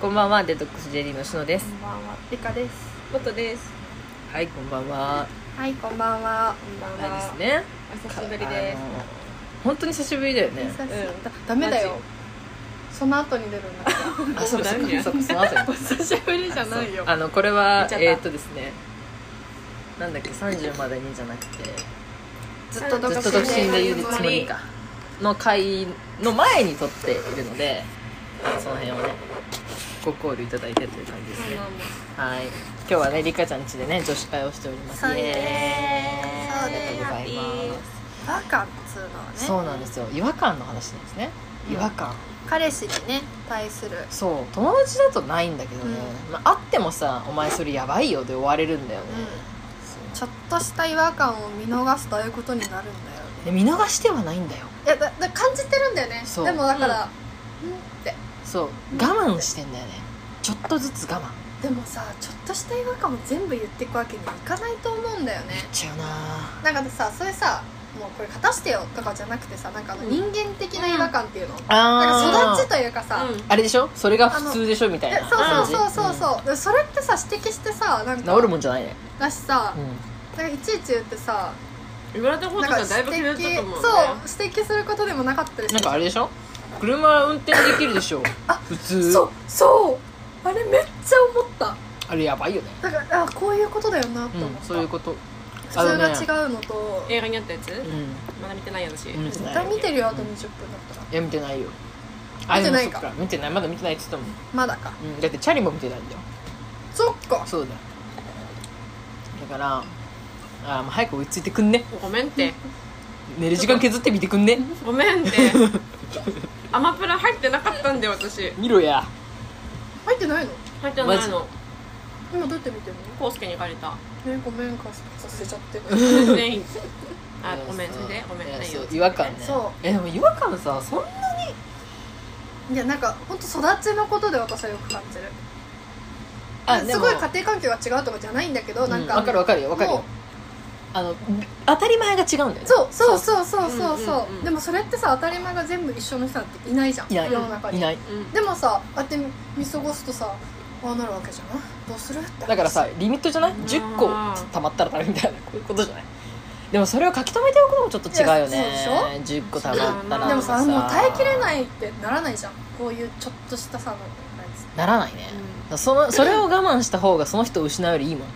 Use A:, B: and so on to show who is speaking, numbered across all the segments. A: こんばんはデトックス J リーグのしのです
B: こんばんは、リカです。
C: ことです。
A: はいこんばんは
B: はい、こんばんは。
C: こんばん
A: あれで
C: は。
A: すね
C: お久しぶりです
A: あ。の本当に久しぶりだよね
B: 久しぶり
C: うん
B: だダメだよ。その後に出る んだ。
A: あそうかそう
C: 何や
A: かそうかその後に
B: お久しぶりじゃないよ。
A: あのこれは
C: 言っちゃった
A: えーっとですねなんだっけ30までにじゃなくて
B: ずっと
A: ず
B: 独
A: っ
B: 身
A: と独身で
B: で
A: い
B: い
A: る
B: る
A: つ
B: つ
A: も
B: も
A: り
B: り。
A: かの会の前に撮っているのでその辺をねご考慮いただいてという感じですね
C: まあま
A: はい今日はねリカちゃん家でね女子会をしております
B: そう
A: イエ
B: で
A: ーイ
B: すそう
A: あ
B: です
A: りがとうございます
B: バカっつうのはね。
A: そうなんですよ違和感の話なんですね
C: うん
A: 違和感、
B: 彼氏にね、対する。
A: そう友達だとないんだけどね、まあ、あってもさ「お前それやばいよ」で終われるんだよね、
B: うん。ちょっとした違和感を見逃すとああいうことになるんだよ
A: で
B: ね。
A: 見逃してはないんだよ
B: いや、だ、だ、感じてるんだよね。
A: そう
B: でも、だから。うんって。
A: そう我慢してんだよねちょっとずつ我慢いっ
B: でもさ、ちょっとした違和感を全部言っていくわけにはいかないと思うんだよね。
A: ちゃうな
B: なんかさそれさもうこれ勝たしてよとかじゃなくてさなんかあの
C: うん
B: 人間的な違和感っていうの、
A: あ
B: なんか育ち
A: ち
B: というかさ、
C: うん
A: あれでしょそれが普通でしょみたい
B: え
A: な
B: そう
A: 感じ
B: そうそうそうそう、でそれってさ指摘してさなん
A: うん
B: か
A: 治るもんじゃないね、
B: だしさ
A: う、ん
B: なんかいちいち言ってさ
C: 言われたこ
B: な
C: と
B: んか
C: がだいぶ
B: 指
C: 減
B: 摘
C: ったと思うね。
B: そう指摘することでもなかったりす
A: なん
B: る
A: かあれでしょ車運転できるでしょ
B: あ
A: 普通
B: そうそうあれめっちゃ思った
A: あれやばいよね
B: だからあこういうことだよなと
A: う
B: 思っ
A: ん
B: た、
A: そういうこと
B: 普
A: あのね
B: 通が違うのと
C: 映画にあったやつ
A: う？ん
C: まだ見てない私。
A: うん
B: 絶対見てるよあと20分だったら
A: いや見てないよ
B: 見てないか
A: あでもそっ見てないまだ見てないって言ったもん、
B: まだか
A: うん、だってチャリも見てないんだよ
B: そっか
A: そうだよだからあーもう早く追いついてくんね
C: ごめんって。
A: 寝る時間削って見てくんね
C: ごめ んって。アマプラ入ってなかったんだよ私。
A: 見ろや
B: 入ってないの
C: 入ってないの。
B: 今どうやって見てるの
C: コウスケに借り た。
B: ね、ごめんかさせちゃってる
C: 全員。あ
A: いや
C: ごめん
A: そ
C: そうれでごめん
A: いや
C: ない
A: そ
C: よ
A: う。違和感ね
B: そう
A: えでも違和感さそん
B: いやなんか本当育ちのことで私はよく感じる
A: あ
B: すごい家庭環境が違うとかじゃないんだけど、
A: な
B: なんん
A: か
B: か
A: 分かる分かるよ分かる
B: も
A: よあの当たり前が違うんだよね
B: うそうそうそうそうそう
C: うん
B: そ
C: うんうん
B: うでもそれってさ当たり前が全部一緒の人なんていないじゃん
A: いない
B: 世の中に
A: いない
C: うん。
B: でもさああやって見過ごすとさああなるわけじゃんどうするって
A: だからさリミットじゃない
C: ん
A: 10個たまったらダメみたいなこういうことじゃないでもそれを書き留めておくのもちょっと違うよ
B: いや
A: ね10個たまったら
B: でもさもう耐えきれないってならないじゃんこういうちょっとしたさのやつ
A: ならないね、そ のそれを我慢した方がその人を失うよりいいもん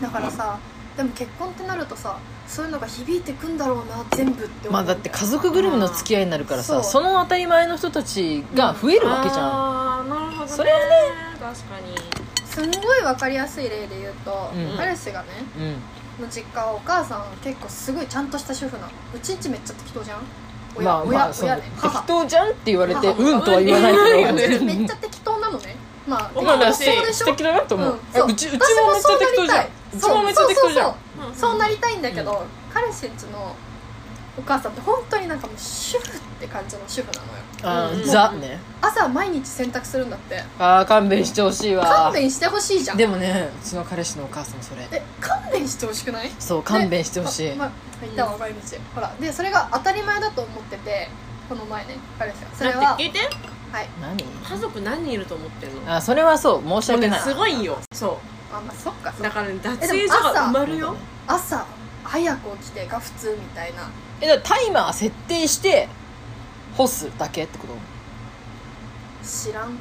B: だからさでも結婚ってなるとさそういうのが響いてくんだろうな全部って思う
A: まあだって家族ぐるみの付き合いになるからさ
B: そ
A: そうの当たり前の人たちが増えるわけじゃん
C: ゃん。あーなるほどね。
A: それはね
C: 確かに。
B: すんごい分かりやすい例で言うと、
A: うん
B: 彼氏がね
A: うん
B: の実家はお母さん結構すごいちゃんとした主婦なのうちんちめっちゃ適当じゃん親、
A: まあ
B: 親
A: まあそ
B: 親
A: の
B: ね
A: 適
B: 母
A: 当じゃんって言われて
B: 母
A: うんとは言わな
C: 当
A: いけ
B: う
A: ど
B: ちめっちゃ適当なのねまあ
C: お
A: まあだし
B: 適当でし
A: 素
B: ょ
A: 敵だなと思う
B: うん
A: え
B: そう
A: うちうちもめっちゃ適当じゃんうち
B: 私
A: も
B: も
A: めっちゃ適当じゃん
B: そうそうそうそうそうなりたいんだけど、
A: う
B: 彼氏んちのお母さんって本当になんかもう主婦って感じの主婦なのよ
A: あ
C: うん
A: ーザね
B: 朝毎日洗濯するんだって
A: あー勘弁してほしいわ
B: 勘弁してほしいじゃん
A: でもねうちの彼氏のお母さんそれ
B: え勘弁してほしくない
A: そう勘弁してほしい
B: まま言ったわかり道ほらでそれが当たり前だと思っててこの前ね彼氏がそれ
C: だっ
B: は
C: て聞いて。
B: はい
A: 何
C: 家族何人いると思ってるの？
A: あそれはそう申し
C: もう
A: 訳
C: ね
A: ない
C: すごいよ。そう。
B: あまあそっか
C: だからね脱衣所が埋まるよ
B: 朝早く起きてが普通みたいな
A: えだからタイマー設定して干すだけってこと
B: 知らん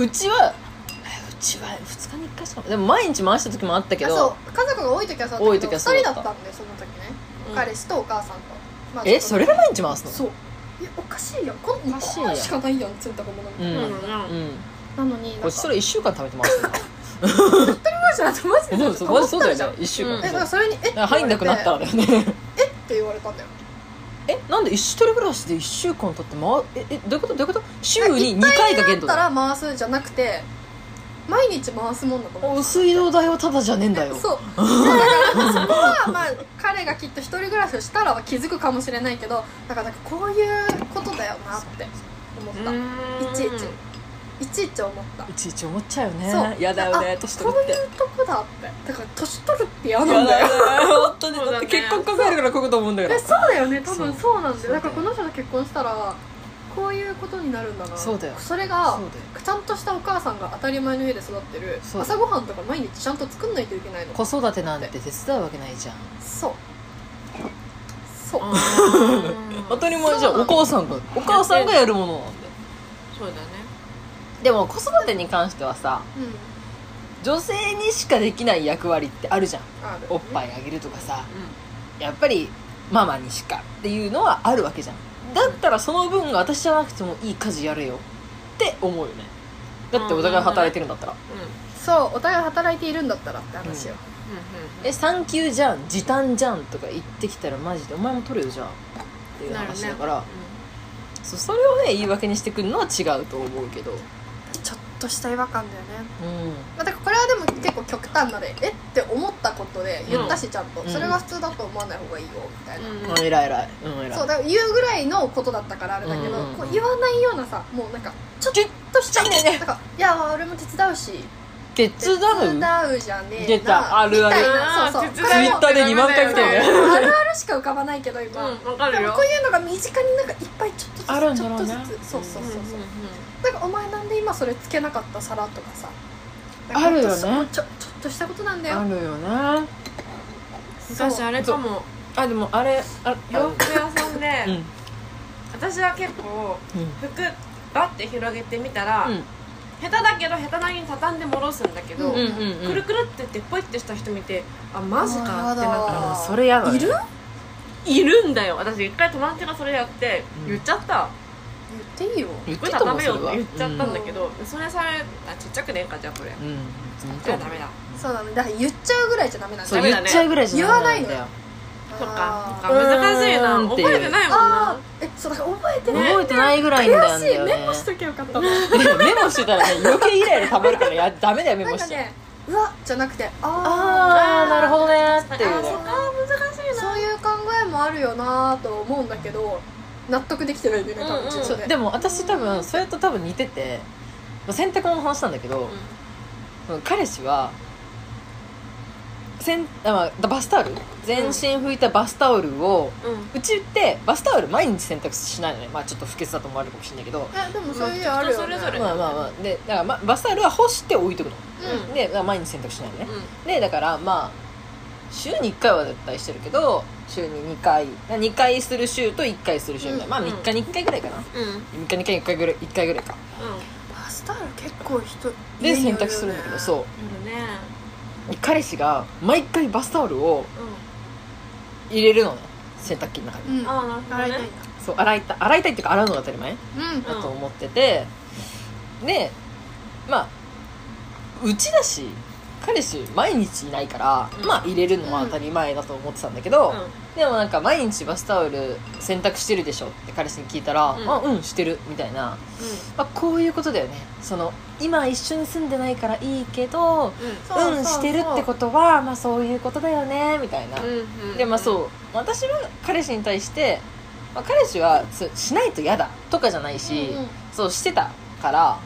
A: うちはえうちは2日に1回しかでも毎日回した時もあったけ
B: あそ
A: ど
B: う家族が多い時はそう
A: 多い時はそうだ
B: 2
A: った
B: 人だったんでその時ね、彼氏とお母さんと、まあ
A: え
B: ちょっと
A: それが毎日回すの
B: そういやおかしいよこん
A: おかしい
B: こ
A: よ
B: んなんしかないやん洗濯物みたいな、
C: うん
A: う
C: うん
A: うん
B: なのになんか
A: こちそれ1週間食べてますよ
B: マジだってマジで
A: そうそうマジそうだよね1週
C: う
A: 間
C: ん
B: えだから
A: そう
B: それにえ
A: だ
B: っ
A: から入んなくなった
B: っ
A: らだよね
B: て言われたんだよ
A: えなんで一人暮らしで1週間経って回ええどういうことどういうこと週に2回が限度
B: だ
A: だ
B: ったら回すじゃなくて毎日回すもんだと思う
A: お水道代はただじゃねえんだよ
B: そうそうだからそこはまあ彼がきっと一人暮らしをしたらは気づくかもしれないけどだからなんかこういうことだよなって思った、いちいちちいち思った
A: いちいち思っちゃうよ
B: そ
A: ね
B: う
A: やだよね
B: あ
A: 年
B: こ
A: 取るっ
B: う
A: て
B: いうとこだってだから年取るって嫌なん
A: や
B: だ
A: だ
B: よ
A: よね本当に
C: そうだ
A: だっ
C: ね
A: て結婚考えるからこういうこと思うんだか
B: え
A: ら
B: そうだよね多分
A: そう
B: そうなんだ
A: そうだ
B: よだ
A: よ
B: からこの人と結婚したらこういうことになるんだな
A: そうだよ
B: それが
A: そうだ
B: ちゃんとしたお母さんが当たり前の家で育ってる
A: そう
B: 朝ごはんとか毎日ちゃんと作んないといけないの
A: 子育てなんて手伝うわけないじゃん
B: そうそう
A: 当たり
B: 前じゃんお母
A: さんがお
C: 母さんが
A: やるものなんで
C: そうだね
A: でも子育てに関してはさ
B: うん
A: 女性にしかできない役割ってあるじゃん
B: ある
A: おっぱ
B: い
A: いあげるとかさやっぱりママにしかっていうのはあるわけじゃんだったらその分私じゃなくてもいい家事やれよって思うよねだってお互い働いてるんだったら
C: うんうん
B: そうお互い働いているんだったらって話よ、
C: うんうん
A: え産休じゃん時短じゃんとか言ってきたらマジでお前も取れよじゃんっていう話だから、そうそれをね言い訳にしてくるのは違うと思うけどう
B: ちょっとした違和感だよね
A: ん
B: まあ、だからこれはでも結構極端なでえって思ったことで言ったしちゃんと、
A: うん
B: それが普通だと思わない方がいいよみたいな、
C: うんうん
A: うん偉い偉いうん偉い
B: そうだから言うぐらいのことだったからあれだけど、
A: うんうんうん
B: こう言わないようなさもうなんかちょっとしちゃうんだよねなんかいや俺も手伝うし
A: 手伝
B: 手
A: う
B: 伝うじゃねえな
A: 出たあるある
B: みたいなそうそう
C: 手
B: こ
C: 伝
B: れも
C: う
A: ツイッターで2万回見たよね
B: そうあるあるしか浮かばないけど今、
C: うんわか
B: で
C: る
B: も
C: よ
B: こういうのが身近になんかいっぱいちょっとずつ
A: あるん
B: ち
A: だ
B: ょ
A: ろ
B: っ
A: う
B: と
A: ね
B: ずつそうそうそうそう、
C: んんん
B: なんかお前なんで今それつけなかった皿とかさ
A: あるよね
B: なんかほんとそうちょちょっとしたことなんだよ
A: あるよね
B: そう
C: 私あれかも
A: あでもあれあ
C: 洋服屋さんで、
A: うん
C: 私は結構
A: うん
C: 服バッて広げてみたら、
A: うん
C: 下手だけど下手なりに畳んで戻すんだけど、
B: うん
A: うんうんうん
C: くるくるってってポイってした人見てあマジかってな
B: あーや
C: っ
B: だ
C: た
A: あーそれやだね
B: いる言っ
C: いるんだよ私一回友達がそれやって
A: うん
C: 言っちゃった、
B: ていいよ
A: 言っ
C: こ
A: て
C: れ
A: たも
C: ダ
A: ん
C: メ
A: そ
C: よ
A: れ
C: って
A: は
C: 言っちゃったんだけど、それされあちっちゃくねえかじゃあこれ
A: うん、うん、
C: じゃあダメだ
B: そうだねだから言っちゃうぐらいじゃダメなんだ
A: そう
C: ダメ
A: 言
C: だ
A: っ
C: ね
A: ちゃうぐらいじゃダメなんだ
B: 言わ
A: よ
B: あー
C: そっかそっか
A: うーん
C: 難しいな
A: って
C: 覚
A: いう
C: えてないもん
B: あ
C: な
B: ーえそうだから覚えてない
A: 覚えてないぐらいな
B: 悔
A: ん
B: し
A: だ
B: い
A: よね
B: メモしときゃよかった わ
A: メモしてたらね余計イライラたまるからやダメだよメ
B: な
A: モ
B: んか
A: しちゃ
B: ねうわじゃなくてあ
A: ああなるほどねーってい
C: あ
A: う
C: ー
A: ね
C: そっか難しい
B: あそういう考えもあるよなーと思うんだけど納得できてないんだよね多
C: うんうん
B: 分自
A: そう
B: 分で
A: でも私多分それと多分似てて、まあ、洗濯物の話なんだけど、その彼氏はせんあ、まあ、バスタオル全身拭いたバスタオルを、
C: なうん
A: うちってバスタオル毎日洗濯しないのねまあちょっと不潔だと思われるかもしれないけど
B: えでもそういうのあるよね
C: 人それぞれ
A: まあまあまあでだから、まあ、バスタオルは干して置いとくの、
C: うん
A: でだから毎日洗濯しないのね、
C: うん
A: でだからまあ週に1回は絶対してるけど週に2回2回する週と1回する週みたいな、
C: うん
A: まあ3日に1回ぐらいかな、
C: うんうん
A: 3日に1回1回ぐらい1回ぐらいか
B: バスタオル結構人
A: で洗濯するんだけどそう
C: うんね
A: 彼氏が毎回バスタオルを
C: う
A: 入れるのね洗濯機の中に、
B: う、うんん、
C: ああな
B: 洗い
C: る
B: た
C: ほ
B: い
C: ど
B: な
C: ね
A: そう洗いた洗いたいっていうか洗うのが当たり前
B: うん
A: だと思ってて、でまあうちだし彼氏毎日いないから、
C: うん
A: まあ入れるのは当たり前だと思ってたんだけど、でもなんか毎日バスタオル洗濯してるでしょって彼氏に聞いたら、
C: うん
A: あうんしてるみたいな、まあ、こういうことだよねその今一緒に住んでないからいいけど
C: うんうん
B: そう
A: うん
B: そう
A: してるってことはまあそういうことだよねみたいな、
C: うんうん
A: でまあそう私は彼氏に対して、まあ、彼氏はつしないと嫌だとかじゃないし、
B: うんうん
A: そうしてたから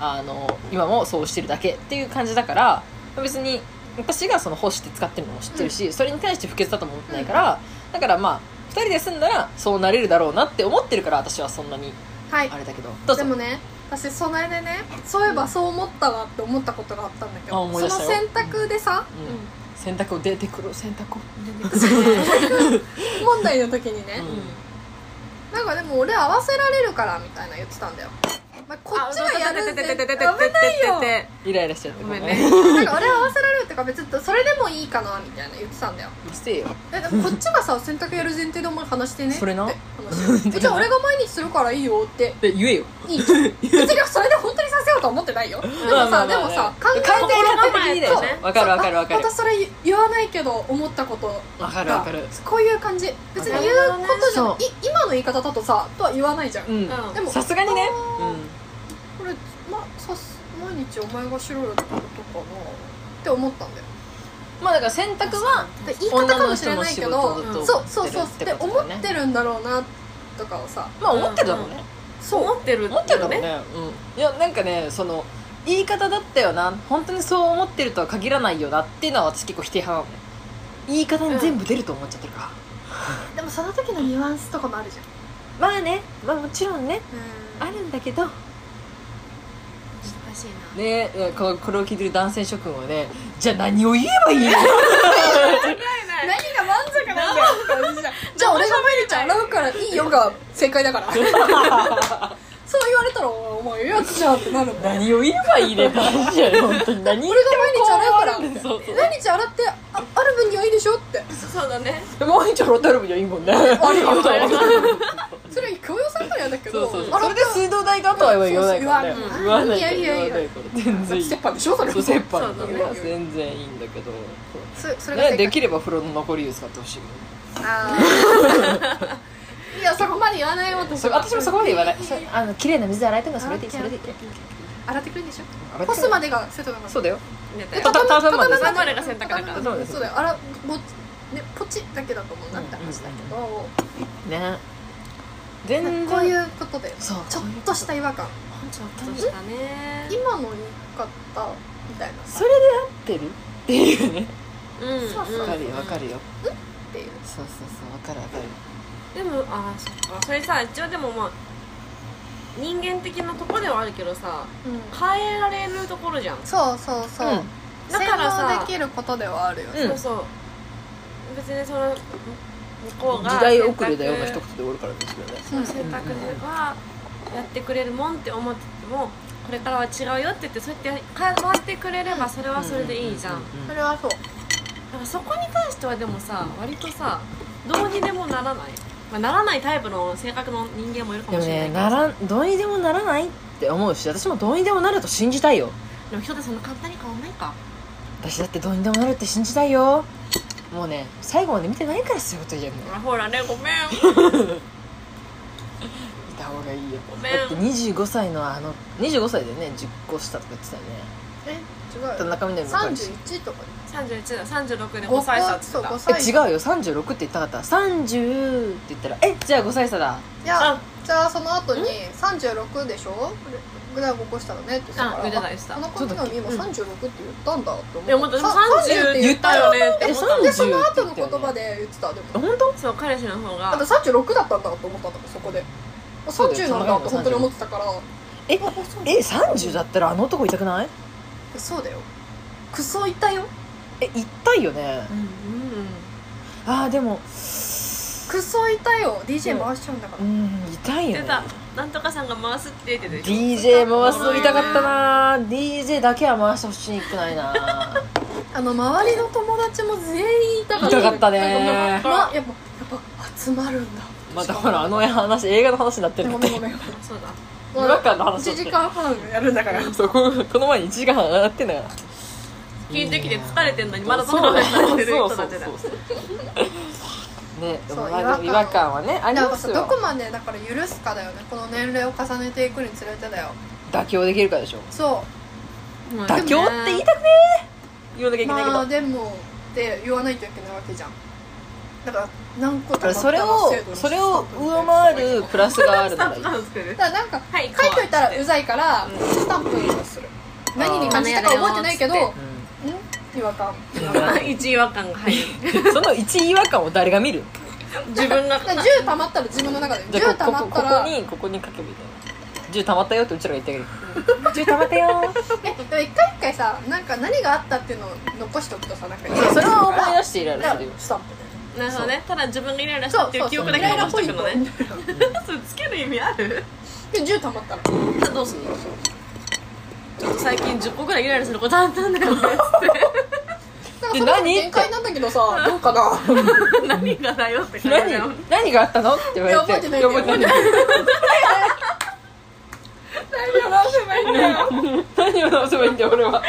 A: あの今もそうしてるだけっていう感じだからまあ別に私がその干して使ってるのも知ってるし、それに対して不潔だとも思ってないから、だからまあ2人で住んだらそうなれるだろうなって思ってるから私はそんなに
B: はい
A: あれだけどどうぞ
B: でもね私その間ねそういえばそう思ったわって思ったことがあったんだけ
A: あ
B: ど
A: 思い出
B: その
A: したよ
B: 選択でさ
A: うん洗濯を出てくる洗濯を
B: 問題の時にね
A: う、
B: なんかでも俺合わせられるからみたいな言ってたんだよ、まあ、こっちがやるぜ
C: ててててててて
B: 危ないよ
A: イライラしちゃって
C: ごめんね
B: なんか俺合わせられるってか別にそれでもいいかなみたいな言ってたんだよ
A: してよ
B: えでもこっちがさ洗濯やる前提でお前話してね
A: それな
B: って話 えじゃあ俺が毎日するからいいよって
A: で言えよ
B: いいじ ゃん別にそれで本当にさせようとは思ってないよでも
A: まあまあまあ
B: さでもさ考えて
A: 考え方的にだよ
C: そう
A: ね
C: そう
A: わかるわかるわかる
B: あ私それ言わないけど思ったこと
A: わかるわかる
B: こういう感じ別に言うことじゃな
A: わかるわ
B: いい今の言い方だとさとは言わないじゃん、
A: うん
C: うん
B: でも
A: さすがにね
B: あーこれまさす毎日お前がしろよってことかなって思ったんだよ
A: まあだから洗濯は
B: で言い方かもしれないけど
A: 女の人の仕事だと
B: そうそうそう
A: 思
B: っ
A: って
B: て
A: るってこと
B: 思
A: だね
B: ってるんだろうなとかをさ
A: まあ思ってるだろうね
B: そう
C: 思ってる
A: 思ってるだろうねうんいやなんかねその言い方だったよな本当にそう思ってるとは限らないよなっていうのは私結構否定派なのね言い方に全部出ると思っちゃってるか
B: でもその時のニュアンスとかもあるじゃん
A: まあねまあもちろんね
B: うん
A: あるんだけど
B: 難しいな
A: ねえここれを聞いてる男性諸君はねじゃあ何を言えばいいの
B: 何が満足なんだよって感じじゃんじゃあ俺がメリちゃん洗うからいいよが正解だからそう言われたらお前やつじゃんってなるもん俺がメ
A: 何を言えばいいねって話だよ本当に何言って
B: リちゃん洗うから
A: もそうそう
B: メリちゃん洗ってあある分にはいいでしょって
C: そうだね
A: でも毎日洗ってある分にはいいもんね
B: あるよ
A: そう
B: それ教養さんからやだけ
A: そ
B: ど
A: うそう
B: 洗
A: それ
B: って
A: で水道代がとは言わないからね
B: そうそう
A: 言
B: 言わ
A: わ
B: な
A: ないいから
B: いやいやいやいや
A: 全然いい
B: ステッパーでしょそれ
A: そう折半
C: そう
A: だ
C: だ
A: ね
C: ね
A: 全然いいんだけど
B: そそれが
A: ね
B: 正解
A: できれば風呂の残り湯使ってほしいよね
B: あーいやそこまで言わないよ私
A: それ
B: は
A: 私もそこまで言わないそれあの綺麗な水で洗えてるのそれでいい
B: あ
A: それでいい
B: 洗ってくれるんでしょ
A: 洗って
B: 干すまでがセットだから
A: そうだよ
C: やった
B: え
C: よ
A: たたたまで
C: 畳までが洗濯だから
A: そうです
B: そうだよあらぼねポチだけだと思うなって話だけど、
A: ね全然
B: こういうことで
A: そう
B: ちょっとした違和感
A: ちょっ
C: そう
A: と
C: したね
B: 今のにかったみたいな
A: それで合ってるっていうね
C: うん
B: そうそう
A: わかるよわかるよ
B: っていう
A: そうそうそうわかるわかる
C: でもあーそっかそれさ一応でもまあ人間的なとこではあるけどさ
B: うん
C: 変えられるところじゃん
B: そうそうそう、
C: だからさ
B: 洗脳できることではあるよね、
A: うん
C: そうそう別にその向こうが
A: 時代遅れだよの一
C: 選
A: 言で終わるからですけどね
B: うん
C: 択選択肢はやってくれるもんって思っててもこれからは違うよって言ってそうやって変わってくれればそれはそれでいいじゃん
A: う
C: だ
B: それはそう
C: からそこに関してはでもさ割とさどうにでもならない、まあ、ならないタイプの性格の人間もいるか
A: で
C: も
A: も
C: しれない
A: ね
C: けど
A: な
C: さ
A: らんどうにでもならないって思うし私もどうにでもなると信じたいよ
C: でも人ってそんな簡単に変わんないか
A: 私だってどうにでもなるって信じたいよもうね最後まで見てないからそういうこと言えるのよ
C: あほらねごめん
A: 見た方がいいよ
C: ごめん
A: だって25歳のあの25歳でね10個したとか言ってたよね
B: え
A: 田
B: 違うよ
A: 中みな実も彼氏
B: 31とか
C: 31だ36で5歳差っつ
B: そ
C: っ
B: う
C: た
B: 5
A: え違
B: 歳
A: うよ36って言ったかった30って言ったらえじゃあ5歳差だ
B: いや
C: あ
B: じゃあその後に36でしょぐらい起こしたらねって言ってたから
C: あ腕だでした
B: この子のに今36って言ったんだって思
C: いやもっとでも
B: 30
C: 30って言ったよねって
A: え
C: 思った
A: 30
B: でその後の
A: って言っ
B: 言
A: たよ
B: 葉
A: ね
B: で言ってたでも
A: あ本当
C: そう彼氏の方
B: だって
C: が
B: 36だったんだと思ったんだもんそこであ
A: そうだ
B: 30
A: よ
B: なんだって本当に思ってたから
A: え
B: あそうだ
A: え30だったらあの男痛くない
B: そうだよクソいたよ
A: え痛いよね
C: うんうん
A: あーでも
B: クソいたよ DJ 回しちゃうんだか
A: う
B: ら
A: ん痛いよ
C: 出
A: ね
C: たなんとかさんが回すって言ってたでしょ
A: DJ 回すの痛かったな DJ だけは回してほしくない な
B: あの周りの友達も全員いたから
A: 痛かった
C: なん
A: ね
C: か
B: まやっぱやっぱ集まるんだ
A: またほらあの話映画の話になってる
B: ご
A: っ
B: めん
A: て
B: ごめん
C: そうだ
A: 違和感の話だ
B: 1
A: った
B: 時間半やるんだから
A: そうここの前に1時間半上がってんだから
C: 聞いてきて疲れてんのにまだそ
A: そ
C: んな
A: う
C: ことやってる
A: そう
C: 人
A: そ
C: た
A: う
C: ちだ
A: そうそう ねで
B: そう
A: もまあでも違和感はねあり
B: なん
A: ま
B: か
A: す
B: さど
A: よ
B: こまでだから許すかだよねこの年齢を重ねていくにつれてだよ
A: 妥協できるかでしょ
B: そ
C: もうね
A: 妥協って言いたくねー言わなきゃ
B: う
A: いけないけど、
B: まあでもって言わないといけないわけじゃんだから何個
A: だか
B: から
A: それをそれを上回るプラスがあるならいい
C: スタンプ作る
B: だからなんか
C: はい
B: 書いといたらうざいから
C: うん
B: スタンプする
A: ん
B: 何に感じたか覚えてないけど
C: うん
B: ん違和感
C: 一違和感が入る
A: うんその1違和感を誰が見る
C: 自分 が
B: だから10溜まったら自分の中 で
A: じゃあ
B: 10
A: こ
B: 溜
A: こ
B: ま
A: こ
B: った
A: こ
B: ら
A: にここに書けばいいじゃない10溜まったよってうちらが言ってあげる10溜まったよー
B: えでも一回一回さなんか何があったっていうのを残しておくとさなんか
A: それは思い出してイライ
B: だ
A: ラ
B: か
A: するよ
B: らスタンプで
C: なるほどねただ自分がイライラし
B: そ
C: た
B: う
C: ってい
B: そうう
C: 記
B: そう
C: 憶
B: イ
C: だけ
B: ライラ
C: 残
B: ポ
C: し
B: イ
C: て
B: ン
C: く
B: ト
C: のね それつける意味ある
B: で10溜まったら
C: どうすんのちょっと最近10個ぐらいイライラすることあったんだよね
B: な
A: で
B: んかそれが
A: 何
B: 限界なんだけ どさどうかな
C: つって何がだよって感じだよ
A: 何何があったのって言われて
B: いや覚えてないんだよ
A: いや覚えてない
C: 大丈夫直せばいい んだよ
A: 何を直せばいいんだよ俺は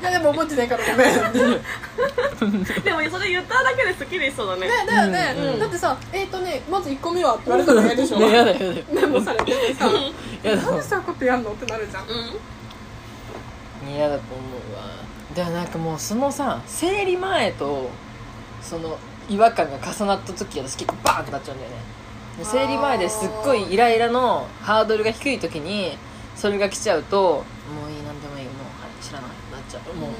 A: い
B: やでも覚えてないからごめんね
C: でもそれ言っただけですっきりしそうだね
B: だよね、
A: うんうん
B: だってさえっ、ー、とねまず1個目はって言われたら嫌でしょ
A: ねやだやだ
B: メモされててさ
A: やだ
B: なんでそういうことやんのってなるじゃん
C: う
A: 嫌だと思うわでもなんかもうそのさ生理前とその違和感が重なった時私結構バーンってなっちゃうんだよねで生理前ですっごいイライラのハードルが低い時にそれが来ちゃうともういいなんでもいいもうはい知らないってなっちゃうもう
B: う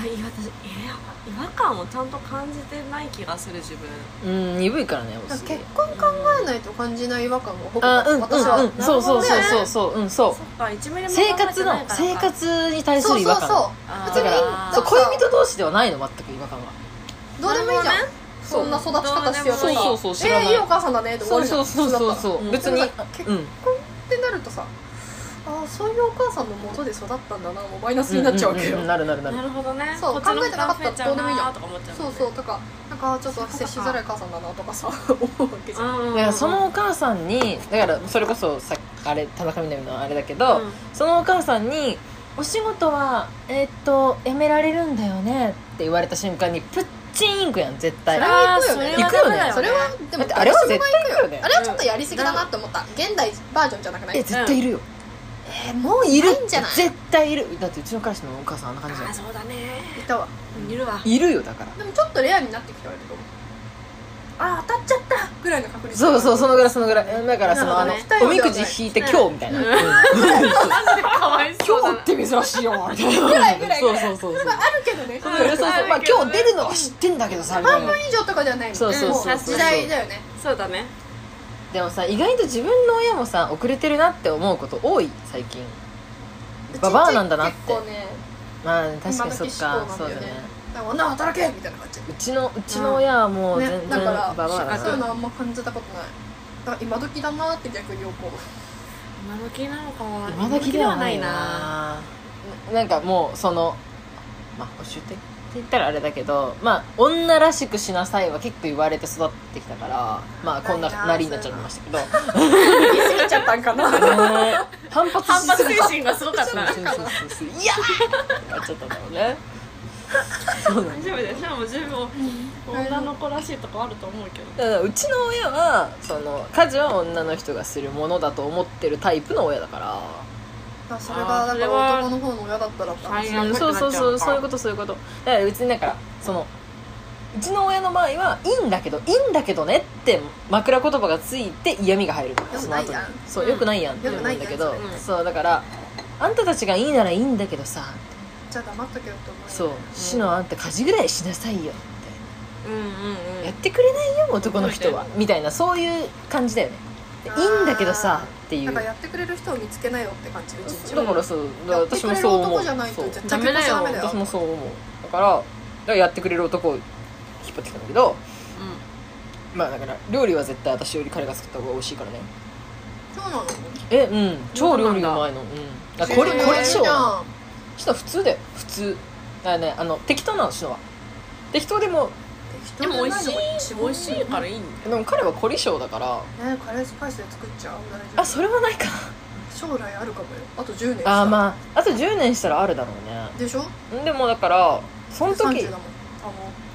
C: あいや私いや違和感をちゃんと感じてない気がする自分
A: うん鈍いからね私
B: 結婚考えないと感じない違和感がほぼ
A: あうんうん
B: 私は、
A: うんそうそうそうそう
B: そ
A: そううんそう
C: そっか1ミリも
A: 生活の
C: 考えてないからか
A: 生活に対す
B: う
A: る違
B: そう
A: 和感
B: そう
C: あー
B: 別に
A: だから
B: そ
A: そうう恋人同士ではないの全く違和感は
B: どうでもいいじゃん、
C: なる
B: そんな育ち方してよ
C: そうそう
A: そう知
B: え
A: らない
B: ー、いいお母さんだねって終
A: そ
B: わ
A: う
B: りじゃ
A: そ
B: ん
A: うそうそうそう
B: 普通だっ
C: うん
A: 別に
B: でもさ結
A: うん
B: たらってなるとさああそういうお母さんのもとで育ったんだなもうマイナスになっちゃうわけよ、
A: んんんなるなるなる
C: なるほどね
B: そう
C: こっちの
B: 考え
C: 負担
B: てなかったら
C: 増
B: ど
C: え
B: うでもいい
C: ち
B: じゃ
C: ゃなとか思っちゃう
B: そうそうとかなんかちょっと接しづらい母さんだなとかさ 思うわけじゃん
C: うんうんうん
A: だからそのお母さんにだからそれこそさあれ田中みな実のあれだけど、
C: うん
A: そのお母さんに「お仕事はえーっと辞められるんだよね」って言われた瞬間にプッチンインクやん絶対
B: それは行くよ
C: あ
B: ね
C: ー
A: 行くよね
C: ダメだ
B: それはで
A: だ
B: も
A: ってあれは絶対行くよね
B: あれはちょっとやりすぎだなって思った現代バージョンじゃなくない
A: え絶対いるよ、
B: えもう
A: いる
B: いんじゃない
A: 絶対いるだってうちの彼氏のお母さんあんな感じじゃ
C: あ
A: ん
C: そうだね
B: たわ
C: いるわ
A: いるよだから
B: でもちょっとレアになってきてはいると思うあ当たっちゃったぐらいの確率
A: そうそうそのぐらいそのぐらいだからその、
C: な
A: あ
C: る
A: の
C: ほどね
A: おみくじ引いて今日みたいな、
C: うん
A: うん
C: マジでかわいそうだ
A: 今
C: な
A: 日って珍しいよみたいなぐ
B: らいぐらい
A: そうそうそうそう
B: まああるけどね
A: そうそうそうまあ今日出るのは知ってんだけどさみたい
B: 半
A: な
B: 分以上とかではないの
A: そうそうそう
B: も時代だよね
C: そうだね
A: でもさ意外と自分の親もさ遅れてるなって思うこと多い最近ババアなんだなって
B: うち結構ね
A: まあ確かにそっ
B: 今
A: か
B: 時
A: そ
B: そ
A: だ
B: ううなんだよね
A: ね
B: なんか女は働けみたいな感じ
A: うちのうちの親はもう全
B: ね
A: 然
B: だか
A: ババア
B: らそうい
A: だ
B: うの
A: な
B: あんま感じたことないだから今時だなって逆に思う
C: 今時なのかは
A: 今時ではないななんかもうそのまあ補習って言ったらあれだけどまあ女らしくしなさいは結構言われて育ってきたからまあこんな
B: ないな
A: なりになっちゃいましたけどね
B: 言い過ぎちゃったんかな
A: 反発
C: 反
A: しす
C: 発
A: ぎ
C: 精
A: た
C: 神がすごかっ
A: そうそうそうそう
C: た大
A: そういやーなっちゃったんだろうねそうなんだ
C: 丈夫だよしかも自分女の子らしいとこあると思うけど
A: だからうちの親はその家事は女の人がするものだと思ってるタイプの親だか
B: あそれがだ
C: そ
B: か
C: れ
B: ら
C: は
B: 男の方の親だったらかもしれ
A: ら、
B: な
C: あ
B: い
C: はい
A: そうそうそうそういうことそういうことだから別にだからそのうちの親の場合はいいんだけどいいんだけどねって枕言葉がついて嫌味が入るの
B: よ
A: そ
B: く
A: の
B: ない
A: 後に
B: やん
A: そう
C: うん
A: よくないやんって思うんだけど、
B: よく
C: ないやん
A: そうだからあんたたちがいいならいいんだけどさ
B: じゃあ黙っとけよって思う
A: そう死のあんた家事ぐらいしなさいよみたいな
C: うんうんうん
A: やってくれないよ男の人はみたいなそういう感じだよねでい
B: あー
A: いんだけどさっていう
B: なん
A: だ
B: か
A: か
B: やってくれる人を見つけなよって感じうちんちは
A: らそうだから
B: やって
A: 私
B: く
A: も
B: れる
A: そう思
B: 男
A: う
B: じゃない
A: そ
B: と
A: う
B: 絶対結婚しちゃダメだよ
A: 私もそう思うだからだからやってくれる男を引っ張ってきたんだけどまあだから料理は絶対私より彼が作った方が美味しいからね
B: そうなの
A: えうん超料理がうまいのうんあこれ
B: えー
A: これしよう
B: じゃ
A: な
B: あ
A: シノ普通だよ普通だからねあの適当なのシノは適当でも
C: でも美味しいし
B: 適当
C: 美味しいからいいんだ
A: で
C: よ
A: も彼は凝り性だから
B: ねカレースパイスで作っちゃう大丈夫
A: あそれはないか
B: 将来あるかもよあと10年
A: あー
B: あ
A: まああと10年したらあるだろうね
B: でしょ
A: んでもだからその時
B: 30だもんあの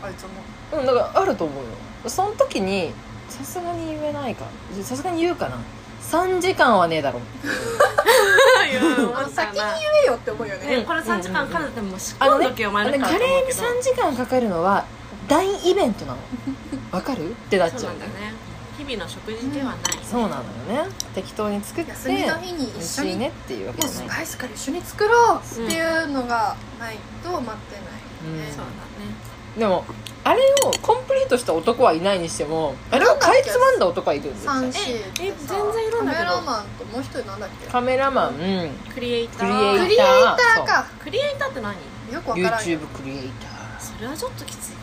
B: あいつも
A: うんだからあると思うよその時にさすがに言えないかさすがに言うかな3時間はねえだろ
B: あ先に言えよって思うよね
C: ね、これ3時間かかるってもう仕
A: あの
C: 込ん
A: ね
C: どけよ
A: あ
C: 前
A: の
C: の
A: ね
C: から
A: カ
C: と思
A: レ
C: う
A: ーに
C: けど
A: 3時間かかるのは大イベントなのわかるってなっ
C: そう
A: ちゃ
C: な
A: うん
C: だ
A: ね
C: ね日々の食事ではない、
A: そうなのよね適当に作って
B: 休みの日に
A: 美
B: 一
A: 味
B: 緒
A: しい
B: に
A: ね
B: も
A: っていうわけ
B: う
A: じ
B: ス
A: ゃない
B: パイスから一緒に作ろうっていうのがないと待ってない
A: うん
B: ね
C: そうだね
A: でもあれをコンプリートした男はいないにしてもあれをかいつまんだ男はいるんですよ
B: 三四ってさ
C: ええ全然いるんだ
B: カメ
C: けど
B: ラマンともう一人なんだっけ
A: カメラマン
C: クリエイタ
A: クリ
C: ー
A: エイター
B: クリエイターか
C: クリエイターって何
B: よくわからんよ
A: YouTube クリエイター
C: それはちょっときついか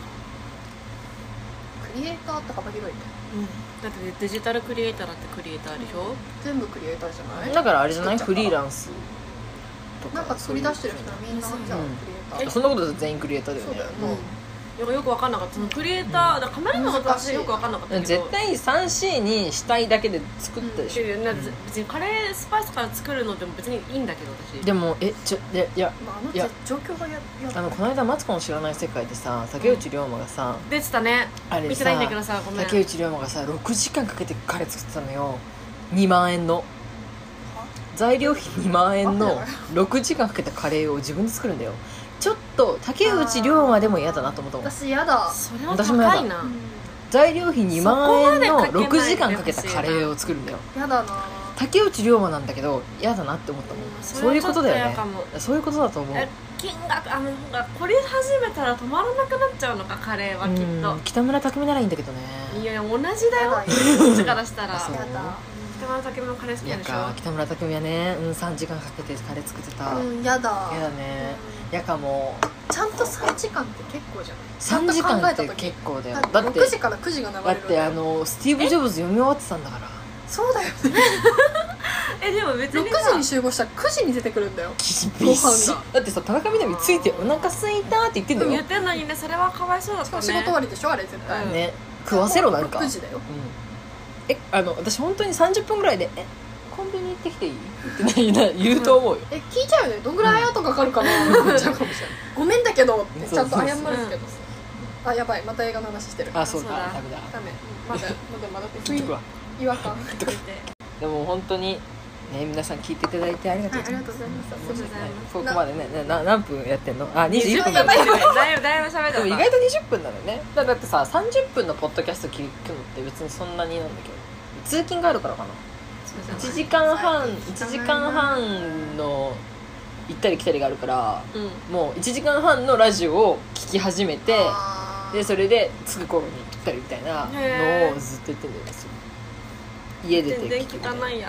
B: クリエイターって幅広いね
C: うん、だってデジタルクリエイターだってクリエイターでしょ、
B: 全部クリエイターじゃない
A: だからあれじゃない
B: 作
A: フ
B: っち
A: リー
B: ゃうから
A: ランスとか
B: なんか作り出してる人は
A: そ
B: みんなじゃあクリエイター
A: そんなことだと全員クリエイターだよ
B: そう
A: ね
B: だよね
C: よくよく分かんなかったそのクリエイター、だからカメラの
B: 難し
C: 私
B: い
C: よく分かんなかったけど
A: 絶対 3C に死体だけで作ったでしょ、
C: いやな別にカレースパイスから作るのでも別にいいんだけど私
A: でもえちょでいや
B: まああの
A: いや
B: 状況がやや
A: あのこの間「マツコの知らない世界」でさ竹内涼真がさ、
C: 出てたね
A: あれ
C: 見て
A: さ
C: ないんだけどさごめん
A: 竹内涼真がさ6時間かけてカレー作ってたのよ2万円の材料費2万円の
B: あ
A: 6時間かけたカレーを自分で作るんだよちょっと竹内涼真でも嫌だなと思ったもん
B: 私やだ
C: それは高いな
B: うん
A: 材料費2万円の
C: そこまでかけないでほ
A: 6
C: しいな
A: 時間かけたカレーを作るんだよ
B: やだな
A: 竹内涼真なんだけど嫌だなって思ったもん、
C: うん
A: そういうことだよね
C: それはちょっと嫌か
A: そういうことだと思う
C: え金額あのなんかこれ始めたら止まらなくなっちゃうのかカレーはき
A: う
C: っ
A: ん北村匠海ならいいんだけどね
C: といやいや同じだよ
B: やばい
C: こっちからしたら
A: あそう
B: やだ
C: 北村匠海のカレー好
A: い
C: きな
A: や
C: んでしょ
A: か北村匠海はね、うん、3時間かけてカレー作ってた、
B: うんやだ
A: 嫌だね
B: うん
A: やかも
B: ちゃんと3時間って結構じゃない
A: 3時間っ
B: ちゃ
A: て
B: んと考え
A: 結構だよ
B: た時
A: だって
B: 6時から9時が流れる
A: だってあのスティーブ・ジョブズ読み終わってたんだから
B: そうだよ
C: えでも別
B: 6
C: にさ
B: 時に集合したら9時に出てくるんだよ
A: 厳しい
B: ご飯
A: だってさ田中みな実ついてお腹すいたって言ってんだよ、
C: 言ってんのにねそれはかわいそうだっ
B: したか
C: ね
B: も仕事終わりでしょあれ絶対
C: うん
A: ね食わせろなんか
B: 6時だよ
A: えあの私本当に30分ぐらいで「えコンビニ行ってきていい?」って な言うと思うよ、
B: え聞いちゃうよねどんぐらい後かかるかな言っちゃうかもしれないごめんだけどってちゃんと謝るけどあやばいまた映画の話してる
A: あそう
C: そう
A: だ
C: だ
A: ダメだ
B: ダメまだまだまだ
A: 聞いとくわ
B: 違和感
A: とかでも本当にね皆さん聞いていただいてありがとうございます、
B: はいありがとうございます
A: すここまでねなな何分やってんのあ二21分
C: だ
A: だ
C: い
A: ね
C: ぶだいぶだいぶ喋っ
A: で
C: た
A: も意外と20分なのねだだってさ30分のポッドキャスト聞くのって別にそんなになんだけど通勤があるからかな1時間半1時間半の行ったり来たりがあるから
C: うん
A: もう1時間半のラジオを聞き始めて
B: あー
A: でそれで着く頃に来たりみたいな
C: へ
A: の
C: ー
A: をずっとやってんだよ私家出て
C: 全然
A: 聞く
C: 聞
A: みた
C: か
A: いな
C: ないや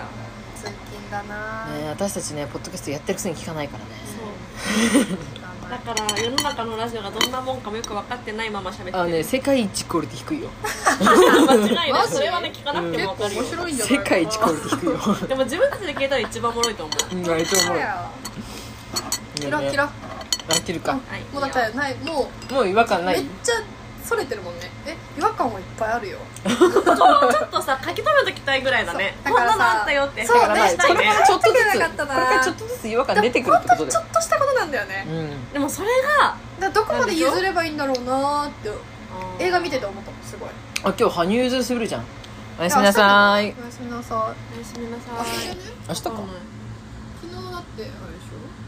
B: 通勤だな
A: ね、私たちねポッドキャストやってるくせに聞かないからね
C: そう
B: 聞かな
C: だ
B: い
C: から世の中のラジオがどんなもんかもよく分かってないまま喋って
A: あのね
C: る
A: 世界一クオリティ低いよ
C: 間違いな
B: マ
C: い
B: ジ
C: それはね聞かなくて
B: 結
C: も分
B: 構
C: かるよ
B: 面白いんじゃない
A: 世界一クオリティ低いよ
C: でも自分たちで聞いたら一番おもろいと思う
A: うん割と思うよ
B: キラキ
A: ね
B: ラ
A: あ切るか
C: はい
B: もうだからないも
A: もう違和感
B: う
A: な
B: め
A: い
B: っちゃそれてるもんねえ違和感はいっぱいあるよ
C: ここをちょっとさ書き留めときたいぐらいだね
B: そ
C: こ
B: うんだからさ
C: なのあったよって
B: そう
A: だから
C: 話した
A: こ
C: い
A: れか
C: ね
A: らちょっとずつこ
B: 出て
A: れ
B: なかったな
A: からちょっとずつ違和感出てくるってことだ
B: ちょ
A: よ
B: っとしたことなんだよね
A: うん
C: でもそれが
B: だからどこまで譲ればいいんだろうなーって映画見てて思ったもんすごい
A: あ今日羽生結弦するじゃんおやすみなさーい
B: おやすみなさい
C: おやすみなさ
B: あ
C: い
B: それね
A: 明日か
C: わかんない
B: 昨日だってあれでしょ